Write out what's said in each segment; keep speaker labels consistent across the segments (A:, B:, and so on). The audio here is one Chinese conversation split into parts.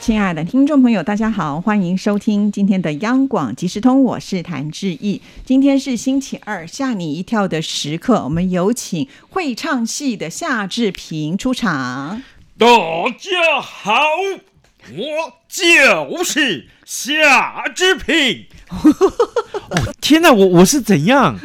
A: 亲爱的听众朋友，大家好，欢迎收听今天的央广即时通，我是谭志毅。今天是星期二，吓你一跳的时刻，我们有请会唱戏的夏志平出场。
B: 大家好，我就是夏志平。 哦、天哪，我我是怎样？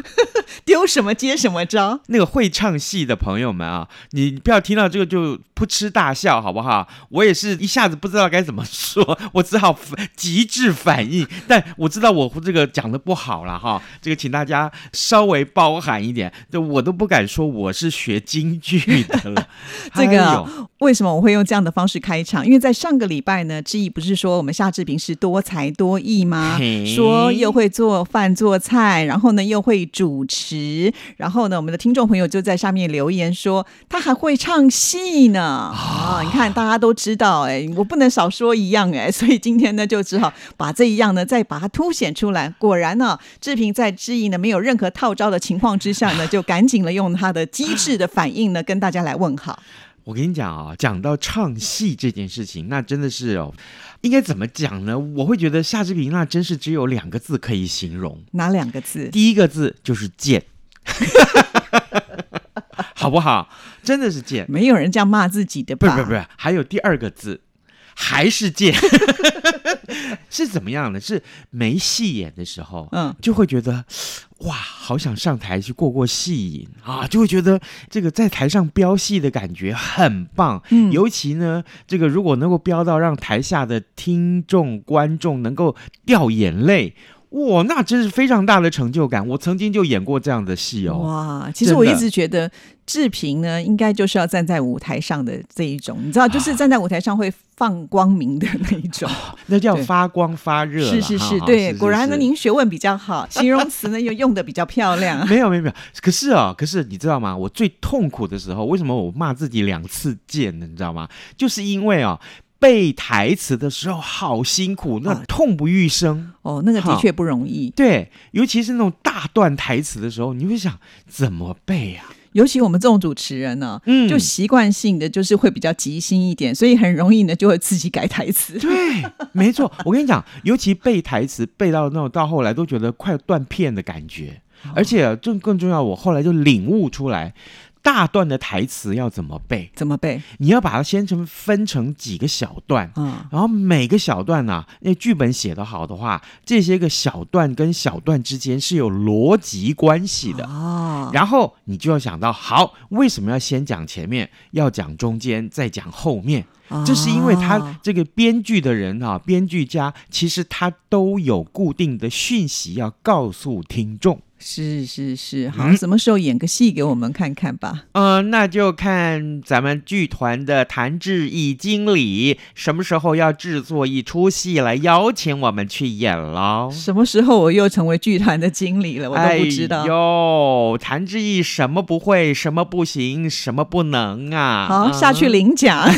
A: 丢什么接什么招？
B: 那个会唱戏的朋友们啊，你不要听到这个就噗嗤大笑，好不好？我也是一下子不知道该怎么说， 我只好极致反应。但我知道我这个讲的不好了哈，这个请大家稍微包涵一点。就我都不敢说我是学京剧的了。
A: 这个
B: 哎
A: 啊、
B: 呦
A: 为什么我会用这样的方式开场？因为在上个礼拜呢，志毅不是说我们夏志平是多才多艺吗？
B: 嘿
A: 说又会做饭做菜，然后呢又会主持，然后呢我们的听众朋友就在下面留言说他还会唱戏呢啊、你看大家都知道哎、我不能少说一样哎、所以今天呢就只好把这一样呢再把它凸显出来。果然呢、志平在志毅呢没有任何套招的情况之下呢，就赶紧了用他的机智的反应呢跟大家来问好。
B: 我跟你讲啊、讲到唱戏这件事情，那真的是哦，应该怎么讲呢？我会觉得夏志平那真是只有两个字可以形容，
A: 哪两个字？
B: 第一个字就是贱， 好不好？真的是贱，
A: 没有人这样骂自己的
B: 不是
A: 吧？
B: 不是不是，还有第二个字。还是贱， 是怎么样呢？是没戏演的时候，
A: 嗯，
B: 就会觉得哇，好想上台去过过戏瘾啊，就会觉得这个在台上飙戏的感觉很棒。
A: 嗯
B: 尤其呢，这个如果能够飙到让台下的听众观众能够掉眼泪。哇，那真是非常大的成就感！我曾经就演过这样的戏哦。
A: 哇，其实我
B: 真
A: 一
B: 的
A: 直觉得志平呢，应该就是要站在舞台上的这一种，你知道，
B: 啊
A: 就是站在舞台上会放光明的那一种。
B: 那叫
A: 对
B: 发光发 热啦。
A: 是是
B: 哈
A: 是，
B: 哈
A: 对，果然呢，
B: 是
A: 您学问比较 好，形容词呢又用的比较漂亮。
B: 没有没有没有，可是哦，可是你知道吗？我最痛苦的时候，为什么我骂自己两次贱呢？你知道吗？就是因为哦，背台词的时候好辛苦，那
A: 啊
B: 痛不欲生。
A: 哦，那个的
B: 好
A: 确不容易，
B: 对，尤其是那种大段台词的时候，你会想怎么背啊？
A: 尤其我们这种主持人呢。
B: 嗯，
A: 就习惯性的就是会比较急心一点，所以很容易呢就会自己改台词。
B: 对，没错。我跟你讲，尤其背台词背到那种到后来都觉得快断片的感觉，
A: 啊
B: 而且啊更更重要，我后来就领悟出来，大段的台词要怎么背，
A: 怎么背？
B: 你要把它先成分成几个小段。
A: 嗯，
B: 然后每个小段呐、那剧本写得好的话，这些个小段跟小段之间是有逻辑关系的。
A: 哦，
B: 然后你就要想到，好，为什么要先讲前面，要讲中间，再讲后面？这是因为他
A: 啊
B: 这个编剧的人啊，编剧家其实他都有固定的讯息要告诉听众。
A: 是是是，好，
B: 嗯
A: 什么时候演个戏给我们看看吧？
B: 嗯、那就看咱们剧团的谭志毅经理什么时候要制作一出戏来邀请我们去演喽。
A: 什么时候我又成为剧团的经理了？我都不知道。
B: 哦哎呦，谭志毅什么不会，什么不行，什么不能啊？
A: 好，
B: 啊
A: 下去。领奖。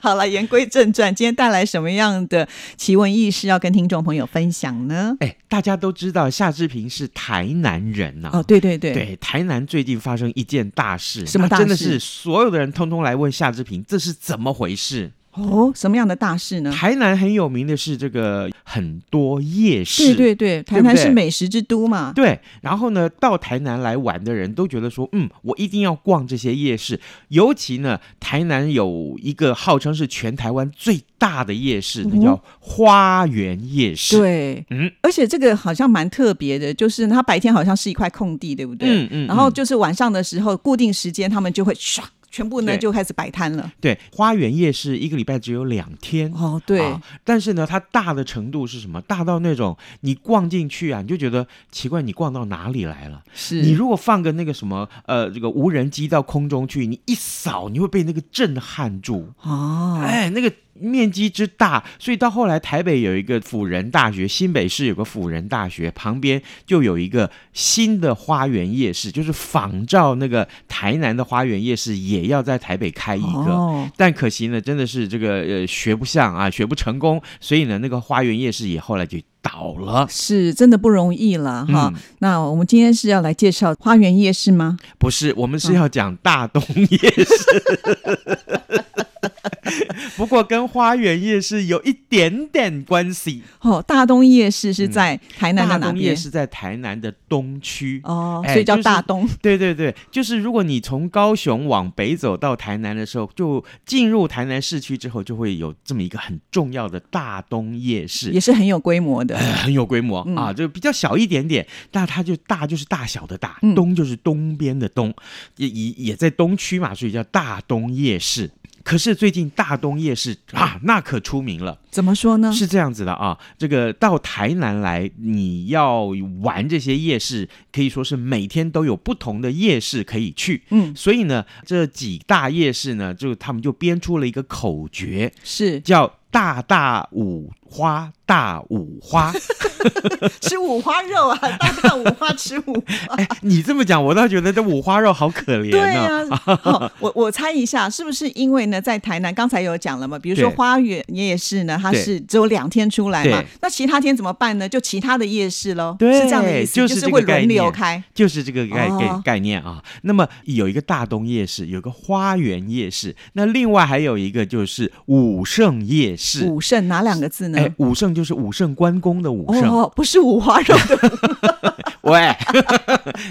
A: 好了，言归正传，今天带来什么样的奇闻异事要跟听众朋友分享呢？
B: 哎，大家都知道夏志平是台南人呐、
A: 哦，对对对，
B: 啊对，台南最近发生一件大事，
A: 什么
B: 那
A: 大
B: 真的
A: 事
B: 是所有的人通通来问夏志平，这是怎么回事？
A: 哦，什么样的大事呢？
B: 台南很有名的是这个很多夜
A: 对
B: 市，
A: 对对，台
B: 对不
A: 南是
B: 对
A: 美食之都嘛。
B: 对，然后呢，到台南来玩的人都觉得说，嗯，我一定要逛这些夜市。尤其呢，台南有一个号称是全台湾最大的夜市，那
A: 哦
B: 叫花园夜市。，
A: 对，
B: 嗯
A: 而且这个好像蛮特别的，就是它白天好像是一块空地，对不对？
B: 嗯嗯
A: 然后
B: 嗯
A: 就是晚上的时候，固定时间他们就会唰，全部呢
B: 对
A: 就开始摆摊了。
B: 对，花园夜市一个礼拜只有两天。
A: 哦，对，
B: 啊但是呢，它大的程度是什么？大到那种你逛进去啊，你就觉得奇怪，你逛到哪里来了？
A: 是
B: 你如果放个那个什么呃，这个无人机到空中去，你一扫，你会被那个震撼住。
A: 哦，
B: 哎，那个面积之大，所以到后来台北有一个辅仁大学，新北市有个辅仁大学，旁边就有一个新的花园夜市，就是仿照那个台南的花园夜市，也要在台北开一个。
A: 哦，
B: 但可惜呢，真的是这个呃学不像啊，学不成功，所以呢，那个花园夜市也后来就倒了。
A: 是真的不容易了哈。
B: 嗯
A: 那我们今天是要来介绍花园夜市吗？
B: 不是，我们是要讲大东夜市，不过跟花园夜市有一点点关系。
A: 哦，大东夜市是在台南的
B: 大
A: 哪
B: 东
A: 边？
B: 夜市在台南的东区。
A: 哦，
B: 哎
A: 所以叫
B: 就是
A: 大东。
B: 对对对，就是如果你从高雄往北走到台南的时候，就进入台南市区之后，就会有这么一个很重要的大东夜市
A: 也。是很有规模的。
B: 呃很有规模、
A: 嗯
B: 啊，就比较小一点点，但它就大就是大小的大，
A: 嗯
B: 东就是东边的东，也也也在东区嘛，所以叫大东夜市。可是最近大东夜市啊，那可出名了。
A: 怎么说呢？
B: 是这样子的啊，这个到台南来，你要玩这些夜市，可以说是每天都有不同的夜市可以去。
A: 嗯，
B: 所以呢，这几大夜市呢，就他们就编出了一个口诀，
A: 是
B: 叫“大大五花大 五花”。
A: 吃五花肉啊，大大五花吃五花。
B: 哎，你这么讲，我倒觉得这五花肉好可怜啊
A: 对
B: 呢、
A: 呀、 哦，我我猜一下，是不是因为呢，在台南刚才有讲了嘛，比如说
B: 对
A: 花园夜市呢，它
B: 对
A: 是只有两天出来嘛
B: 对，
A: 那其他天怎么办呢？就其他的夜市喽，
B: 对
A: 是这样的意思，就
B: 就是这个
A: 会
B: 概
A: 轮流
B: 念
A: 开。
B: 就是这个概概、
A: 哦
B: 概念啊。那么有一个大东夜市，有个花园夜市，那另外还有一个就是武圣夜市。
A: 武圣哪两个字呢？
B: 哎，武圣就是武圣关公的武圣，
A: 哦，不是五花肉的，
B: 喂，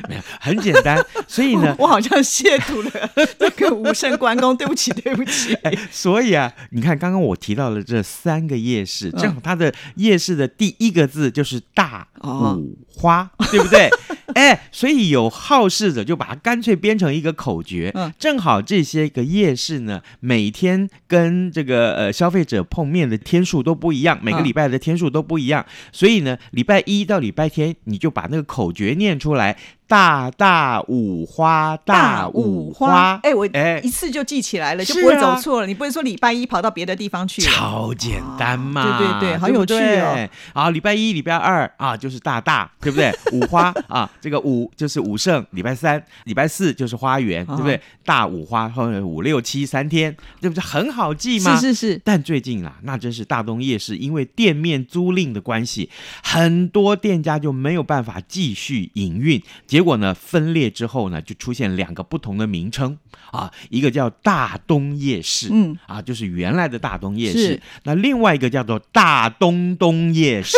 B: 没有，很简单。所以哎呢，
A: 我好像亵渎了这个武圣关公， 对不起，对不起。
B: 所以啊，你看刚刚我提到了这三个夜市，
A: 嗯
B: 正好它的夜市的第一个字就是大
A: 哦
B: 五花，对不对？哎，所以有好事者就把它干脆编成一个口诀，
A: 嗯
B: 正好这些个夜市呢，每天跟这个呃消费者碰面的天数都不一样，每个
A: 嗯
B: 礼拜的天数都不一样，所以呢，礼拜一到礼拜天你就把那个口诀念出来，大大五花 大五花，
A: 哎、我
B: 哎
A: 一次就记起来了，就是不会
B: 啊
A: 走错了。你不会说礼拜一跑到别的地方去了。
B: 超简单嘛，
A: 啊对对对好有趣哦
B: 对不对。啊，礼拜一、礼拜二啊，就是大大， 对不对？五花啊，这个五就是五圣，礼拜三、礼拜四就是花园，对不
A: 啊
B: 对？大五花后面五六七三天，这不是很好记吗？
A: 是是是，
B: 但最近啊，那真是大东夜市，因为店面租赁的关系，很多店家就没有办法继续营运。结果呢，分裂之后呢，就出现两个不同的名称啊，一个叫大东夜市，
A: 嗯，
B: 啊，就是原来的大东夜市
A: 是，
B: 那另外一个叫做大东东夜市。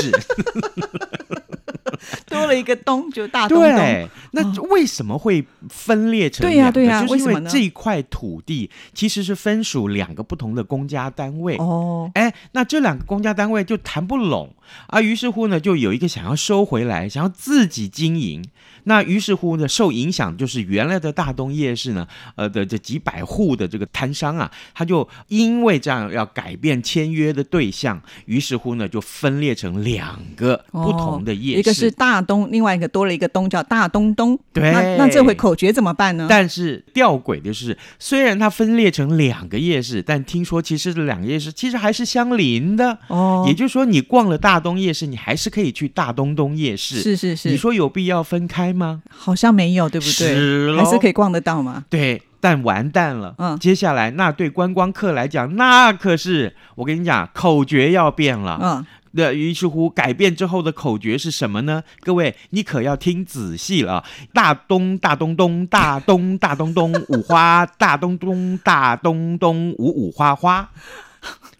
A: 多了一个东，就 大东东。
B: 对，那为什么会分裂成
A: 对呀
B: 两个
A: 对呀
B: 就是因
A: 为什
B: 为
A: 么呢
B: 这一块土地其实是分属两个不同的公家单位。
A: 哦，
B: 哎，那这两个公家单位就谈不拢啊，于是乎呢，就有一个想要收回来，想要自己经营。那于是乎呢，受影响就是原来的大东夜市呢，呃的这几百户的这个摊商啊，他就因为这样要改变签约的对象，于是乎呢就分裂成两个不同的夜
A: 哦
B: 市。
A: 一个是大东，另外一个多了一个东，叫大东东。
B: 对
A: 那那这回口诀怎么办呢？
B: 但是吊诡的是，虽然它分裂成两个夜市，但听说其实这两个夜市其实还是相邻的。
A: 哦
B: 也，就是说，你逛了大东夜市，你还是可以去大东东夜市。
A: 是是
B: 你
A: 是，
B: 说有必要分开吗？
A: 好像没有，对不对？
B: 是咯
A: 还是可以逛得到嘛？
B: 对，但完蛋了。
A: 嗯
B: 接下来那对观光客来讲，那可是我跟你讲，口诀要变了。
A: 嗯，
B: 那、于是乎，改变之后的口诀是什么呢？各位，你可要听仔细了。大东大东东大东大东东五花大东东大东东五五花花。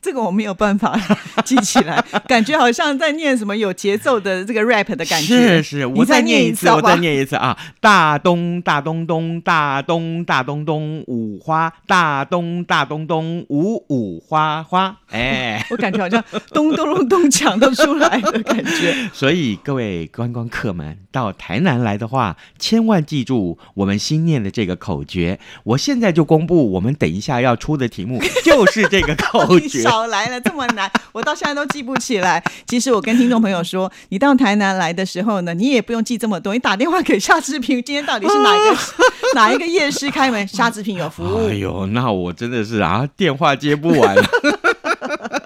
A: 这个我没有办法 记起来，感觉好像在念什么有节奏的这个 rap 的感觉。
B: 是是，
A: 你
B: 我
A: 再
B: 再
A: 念
B: 念
A: 一
B: 一
A: 次
B: 次，
A: 好
B: 我
A: 不好，
B: 再念一次啊！大东大东东大东大东东五花大东大东东五五花花，哎
A: 我感觉好像咚咚咚咚锵都出来的感觉。
B: 所以各位观光客们到台南来的话，千万记住我们新念的这个口诀。我现在就公布，我们等一下要出的题目就是这 个口
A: 你
B: 诀。
A: 少来了，这么难，我到现在都记不起来。其实我跟听众朋友说，你到台南来的时候呢，你也不用记这么多，你打电话给夏志平，今天到底是哪一 个 哪一个夜
B: 哎
A: 市开门？夏志平有服务
B: 哎。呦，那我真的是啊，电话接不完了。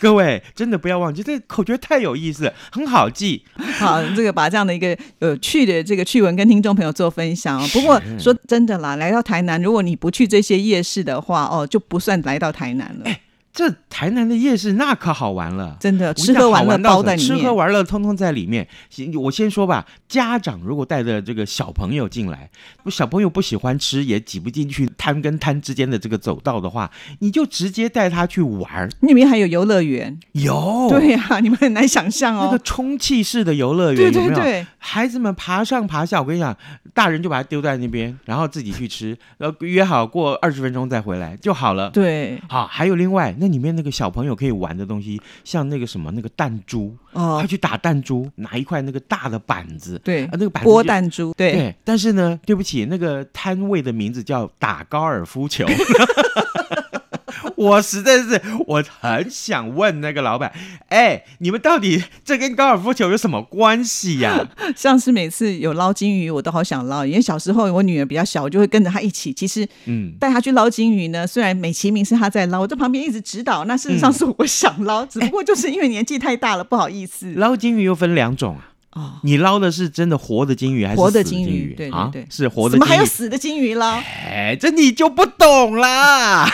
B: 各位真的不要忘记，这个口诀太有意思了，很好记。
A: 好，这个把这样的一个有趣的这个趣闻跟听众朋友做分享哦。不过说真的啦，来到台南，如果你不去这些夜市的话，哦，就不算来到台南了。
B: 这台南的夜市那可好玩了。
A: 真的，
B: 我跟
A: 吃
B: 你
A: 喝
B: 讲好
A: 玩乐
B: 玩到
A: 包在
B: 什么
A: 里面。
B: 吃喝玩乐通通在里面。行我先说吧，家长如果带着这个小朋友进来，不小朋友不喜欢吃，也挤不进去摊跟摊之间的这个走道的话，你就直接带他去玩儿。
A: 里面还有游乐园，
B: 有，
A: 对呀、你们很难想象
B: 那个
A: 哦。
B: 充气式的游乐园
A: 对对
B: 有没有？
A: 对，
B: 孩子们爬上爬下，我跟你讲，大人就把它丢在那边，然后自己去吃，然后约好过二十分钟再回来就好了。
A: 对
B: 好，还有另外，那里面那个小朋友可以玩的东西，像那个什么那个弹珠，他
A: 哦，
B: 去打弹珠，拿一块那个大的板子，
A: 对
B: 啊，，那个板子
A: 波
B: 就。
A: 弹珠，对，
B: 对，但是呢，对不起，那个摊位的名字叫打高尔夫球。 我实在是，我很想问那个老板，哎，你们到底这跟高尔夫球有什么关系呀、
A: 像是每次有捞金鱼，我都好想捞，因为小时候我女儿比较小，我就会跟着她一起。其实
B: 嗯，
A: 带她去捞金鱼呢，虽然美其名是她在捞，我在旁边一直指导，那事实
B: 嗯
A: 上是我想 捞，只不过就是因为年纪太大了，不好意思。
B: 捞金鱼又分两种啊，
A: 哦，
B: 你捞的是真的活的金鱼还是
A: 活的
B: 死
A: 金
B: 鱼？
A: 鱼对对
B: 啊
A: 对
B: 是活
A: 怎
B: 的金
A: 么还有
B: 鱼。
A: 死的金鱼 捞？
B: 哎，这你就不懂啦。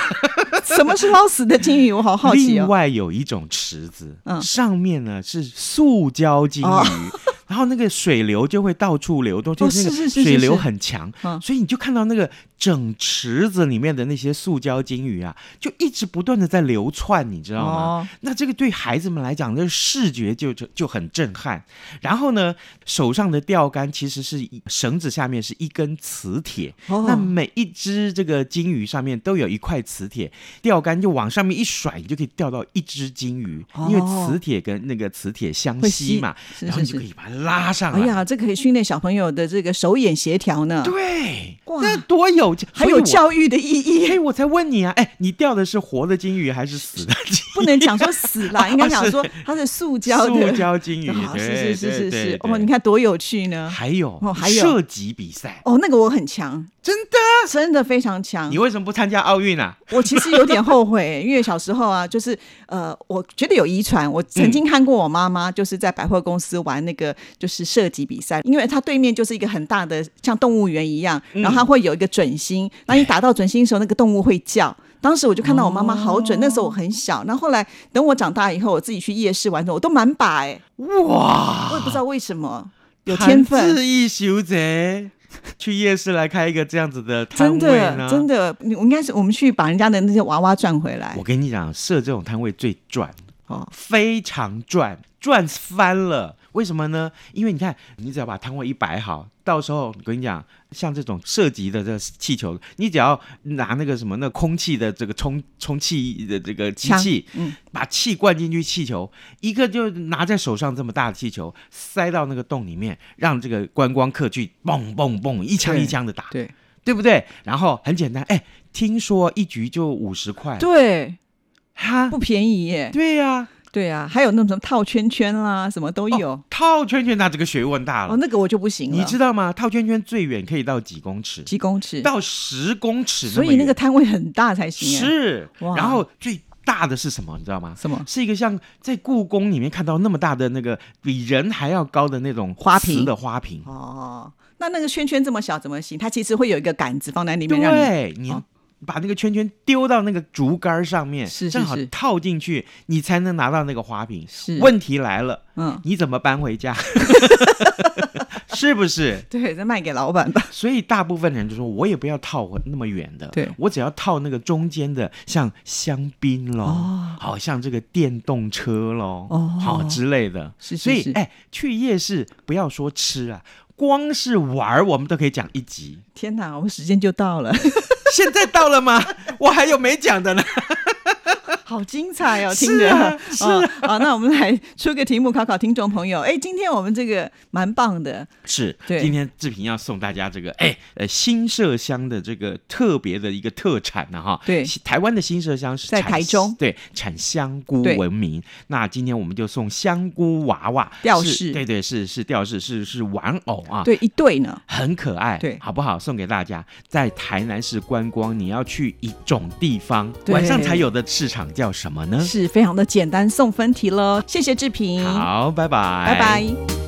A: 什么是捞死的金鱼？我 好好奇
B: 另
A: 哦。
B: 外有一种池子，
A: 嗯
B: 上面呢是塑胶金鱼，
A: 哦
B: 然后那个水流就会到处流动，就是那
A: 是是
B: 个
A: 是是
B: 水流
A: 是
B: 很强，
A: 嗯
B: 所以你就看到那个整池子里面的那些塑胶金鱼啊，就一直不断的在流窜，你知道吗？
A: 哦，
B: 那这个对孩子们来讲，那视觉就就就很震撼。然后呢，手上的钓竿其实是一绳子下面是一根磁铁，
A: 哦
B: 那每一只这个金鱼上面都有一块磁铁，钓竿就往上面一甩，你就可以钓到一只金鱼，
A: 哦
B: 因为磁铁跟那个磁铁相
A: 会
B: 吸
A: 吸
B: 嘛，
A: 是
B: 然后
A: 是
B: 你就可
A: 是。
B: 以把它拉上
A: 哎
B: 来。
A: 呀，这可以训练小朋友的这个手眼协调呢，
B: 对，
A: 哇
B: 那多有趣，
A: 还有
B: 所以我。
A: 教育的意 义。
B: 哎，我才问你啊！哎，你钓的是活的金鱼还是死的 金鱼？
A: 不能讲说死啦，应该讲说它是塑胶的。
B: 塑胶 金鱼，
A: 啊
B: 对
A: 是是是
B: 嗯对
A: 是是，
B: 对对
A: 哦，你看多有趣呢！
B: 还有
A: 哦还有
B: 射击比赛，
A: 哦，那个我很强，
B: 真的？
A: 真的非常强
B: 你。为什么不参加奥运啊？
A: 我其实有点后悔， 因为小时候啊，就是呃，我觉得有遗传。我曾经看过我妈妈
B: 嗯
A: 就是在百货公司玩那个就是射击比赛，因为它对面就是一个很大的像动物园一样，
B: 嗯
A: 然后它会有一个准星，那、你打到准星的时候，那个动物会叫。当时我就看到我妈妈好
B: 哦
A: 准，那时候我很小。然后后来等我长大以后，我自己去夜市玩的时候，我都满把哎、
B: 哇，
A: 我也不知道为什么有天分，
B: 是一修贼， 去夜市来开一个这样子的摊
A: 真
B: 位
A: 的
B: 呢？
A: 真的，你我应该是我们去把人家的那些娃娃赚回来
B: 我跟你讲，设这种摊位最赚，
A: 哦。
B: 非常赚，赚翻了。为什么呢？因为你看，你只要把摊位一摆好，到时候我跟你讲，像这种射击的这个气球，你只要拿那个什么那空气的这个充充气的这个机
A: 枪
B: 器，
A: 嗯，
B: 把气灌进去气球，一个就拿在手上这么大的气球塞到那个洞里面，让这个观光客去蹦蹦蹦一枪一枪的打，
A: 对
B: 不对？然后很简单，哎，听说一局就五十块，
A: 对，
B: 哈，
A: 不便宜耶。
B: 对呀、
A: 对啊，还有那种什么套圈圈啦，什么都有。哦
B: 套圈圈那这个学问大了，
A: 那个我就不行了，
B: 你知道吗？套圈圈最远可以到几公尺？
A: 几公尺，
B: 到十公尺么
A: 所
B: 远，
A: 以那个摊位很大才行耶。
B: 是，
A: 哇
B: 然后最大的是什么？你知道吗？
A: 什么？
B: 是一个像在故宫里面看到那么大的那个比人还要高的那种
A: 花瓶
B: 瓷的花瓶，
A: 哦，那那个圈圈这么小怎么行？它其实会有一个杆子放在里面让你。
B: 对，你要
A: 哦
B: 把那个圈圈丢到那个竹竿上面，
A: 是是
B: 正好
A: 是
B: 套进去，你才能拿到那个花瓶。
A: 是，
B: 问题来了，
A: 嗯，
B: 你怎么搬回家？ 是不是？
A: 对，再卖给老板吧。
B: 所以大部分人就说，我也不要套那么远的，
A: 对
B: 我只要套那个中间的，像香槟喽，
A: 哦
B: 好像这个电动车喽，
A: 哦
B: 好之类的。
A: 是是
B: 所以
A: 是
B: 哎，去夜市不要说吃啊，光是玩儿我们都可以讲一集。
A: 天哪，我们时间就到了，
B: 现在到了吗？ 我还有没讲的呢。
A: 好精彩哦！
B: 是
A: 听着，
B: 啊是
A: 哦好，那我们来出个题目考考听众朋友。哎，今天我们这个蛮棒的，
B: 是，
A: 对
B: 今天志平要送大家这个，哎，呃，新麝香的这个特别的一个特产呢、哈。
A: 对
B: 西，台湾的新麝香是
A: 在
B: 产
A: 台中
B: 对，产香菇
A: 对
B: 闻名。那今天我们就送香菇娃娃
A: 吊
B: 是
A: 饰
B: 对对，是是吊饰，是是玩偶啊。
A: 对一对呢，
B: 很可爱，
A: 对
B: 好不好？送给大家，在台南市观光，你要去一种地方，
A: 对
B: 晚上才有的市场叫叫什么呢？
A: 是非常的简单送分题喽。谢谢志平，
B: 好，拜拜，
A: 拜拜。